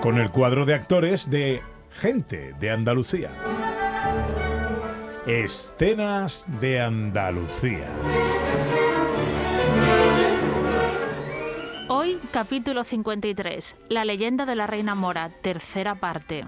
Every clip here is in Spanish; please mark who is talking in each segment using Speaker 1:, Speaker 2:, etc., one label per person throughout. Speaker 1: Con el cuadro de actores de Gente de Andalucía. Escenas de Andalucía.
Speaker 2: Hoy, capítulo 53, La leyenda de la reina mora, tercera parte.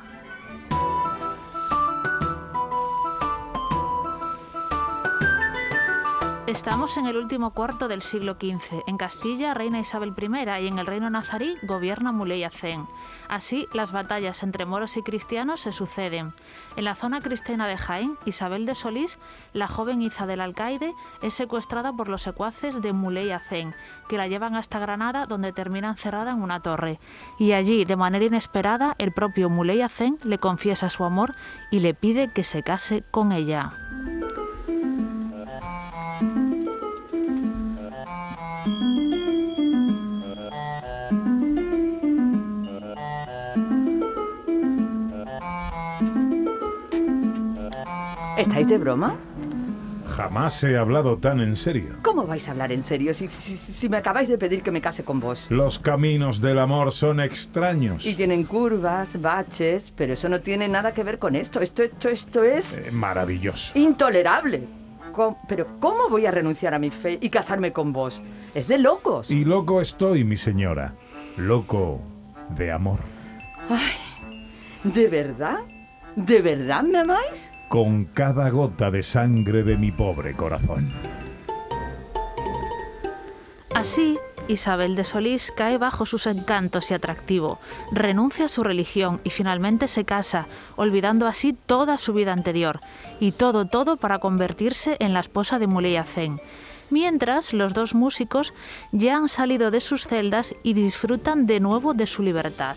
Speaker 2: Estamos en el último cuarto del siglo XV. En Castilla, reina Isabel I y en el reino nazarí gobierna Muley Hacén. Así, las batallas entre moros y cristianos se suceden. En la zona cristiana de Jaén, Isabel de Solís, la joven Iza del Alcaide, es secuestrada por los secuaces de Muley Hacén, que la llevan hasta Granada, donde termina encerrada en una torre. Y allí, de manera inesperada, el propio Muley Hacén le confiesa su amor y le pide que se case con ella.
Speaker 3: ¿Estáis de broma?
Speaker 1: Jamás he hablado tan en serio.
Speaker 3: ¿Cómo vais a hablar en serio si, si- si me acabáis de pedir que me case con vos?
Speaker 1: Los caminos del amor son extraños.
Speaker 3: Y tienen curvas, baches, pero eso no tiene nada que ver con esto. Esto, esto, esto es
Speaker 1: Eh, maravilloso.
Speaker 3: intolerable. Co- pero ¿cómo voy a renunciar a mi fe y casarme con vos? Es de locos.
Speaker 1: Y loco estoy, mi señora. Loco de amor.
Speaker 3: ¿De verdad? ¿De verdad me amáis?
Speaker 1: Con cada gota de sangre de mi pobre corazón.
Speaker 2: Así, Isabel de Solís cae bajo sus encantos y atractivo, renuncia a su religión y finalmente se casa, olvidando así toda su vida anterior, y todo, todo para convertirse en la esposa de Muley Hacén. Mientras, los dos músicos ya han salido de sus celdas y disfrutan de nuevo de su libertad.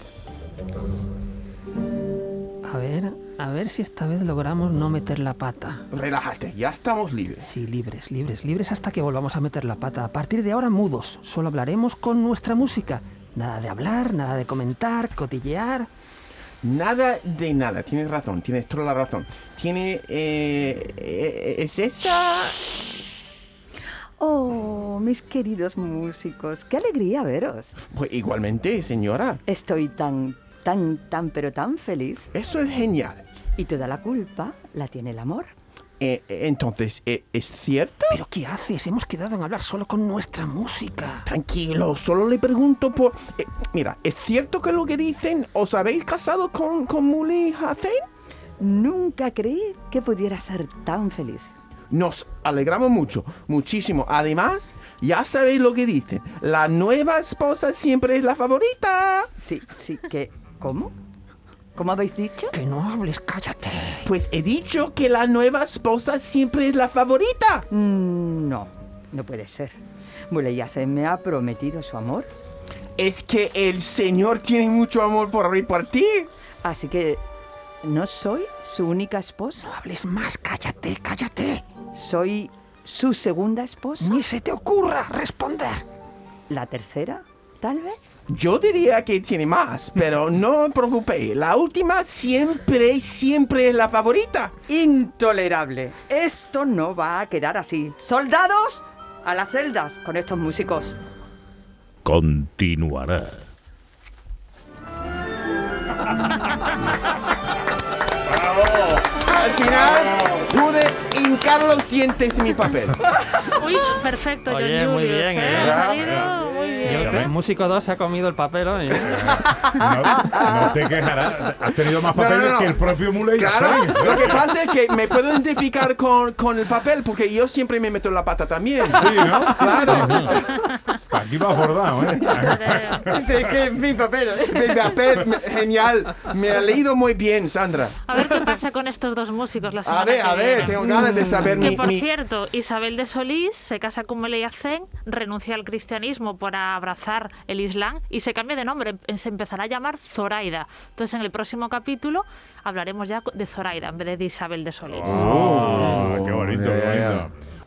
Speaker 4: A ver, a ver si esta vez logramos no meter la pata.
Speaker 5: Relájate, ya estamos libres.
Speaker 4: Sí, libres, libres, libres hasta que volvamos a meter la pata. A partir de ahora mudos, solo hablaremos con nuestra música. Nada de hablar, nada de comentar, cotillear.
Speaker 5: Nada de nada, tienes razón, tienes toda la razón. Tiene... eh, eh, es esa...
Speaker 3: Oh, mis queridos músicos, qué alegría veros.
Speaker 5: Pues igualmente, señora.
Speaker 3: Estoy tan, tan, tan, pero tan feliz.
Speaker 5: Eso es genial.
Speaker 3: Y toda la culpa la tiene el amor.
Speaker 5: Eh, eh, entonces, eh, ¿es cierto?
Speaker 4: ¿Pero qué haces? Hemos quedado en hablar solo con nuestra música.
Speaker 5: Tranquilo, solo le pregunto por... eh, mira, ¿es cierto que lo que dicen? ¿Os habéis casado con, con Muli Hacen?
Speaker 3: Nunca creí que pudiera ser tan feliz.
Speaker 5: Nos alegramos mucho, muchísimo. Además, ya sabéis lo que dicen. La nueva esposa siempre es la favorita.
Speaker 3: Sí, sí, que... ¿Cómo? ¿Cómo habéis dicho?
Speaker 4: Que no hables, cállate.
Speaker 5: Pues he dicho que la nueva esposa siempre es la favorita.
Speaker 3: Mm, No, no puede ser. Bueno, ya se me ha prometido su amor,
Speaker 5: Es que el Señor tiene mucho amor por repartir.
Speaker 3: así que no soy su única esposa,
Speaker 4: No hables más, cállate, cállate.
Speaker 3: soy su segunda esposa,
Speaker 4: Ni se te ocurra responder.
Speaker 3: la tercera, tal vez.
Speaker 5: Yo diría que tiene más, pero no os preocupéis. La última siempre, siempre es la favorita.
Speaker 3: Intolerable. Esto no va a quedar así. Soldados, a las celdas con estos músicos.
Speaker 6: continuará.
Speaker 5: Al final pude hincar los dientes en mi papel.
Speaker 2: Uy, perfecto, John
Speaker 7: Oye, muy
Speaker 2: Julius,
Speaker 7: bien,
Speaker 2: ¿eh?
Speaker 7: ¿eh?
Speaker 2: Ha salido muy
Speaker 7: Yo
Speaker 2: bien.
Speaker 7: creo que el músico 2 se ha comido el papel hoy. ¿eh?
Speaker 1: No, no te quejarás. Has tenido más
Speaker 5: No, no,
Speaker 1: papeles
Speaker 5: no.
Speaker 1: que el propio Muley
Speaker 5: Claro,
Speaker 1: Hussein.
Speaker 5: lo que pasa es que me puedo identificar con, con el papel porque yo siempre me meto la pata también.
Speaker 1: Sí, ¿no?
Speaker 5: Claro.
Speaker 1: Aquí lo has bordado, ¿eh?
Speaker 3: Sí, es que es mi papel. ¿eh?
Speaker 5: Pepe Apel, me- genial. Me ha leído muy bien, Sandra.
Speaker 2: A ver qué pasa con estos dos músicos la semana
Speaker 5: A ver,
Speaker 2: que
Speaker 5: a ver,
Speaker 2: viene.
Speaker 5: tengo ganas de saber
Speaker 2: Que
Speaker 5: mi,
Speaker 2: por
Speaker 5: mi-
Speaker 2: cierto, Isabel de Solís se casa con Meleia Zen, renuncia al cristianismo para abrazar el Islam y se cambia de nombre, em, se empezará a llamar Zoraida. Entonces en el próximo capítulo hablaremos ya de Zoraida en vez de Isabel de Solís.
Speaker 1: Ah, ¡Qué bonito,
Speaker 5: ya,
Speaker 1: qué
Speaker 5: ya, ya.
Speaker 1: bonito!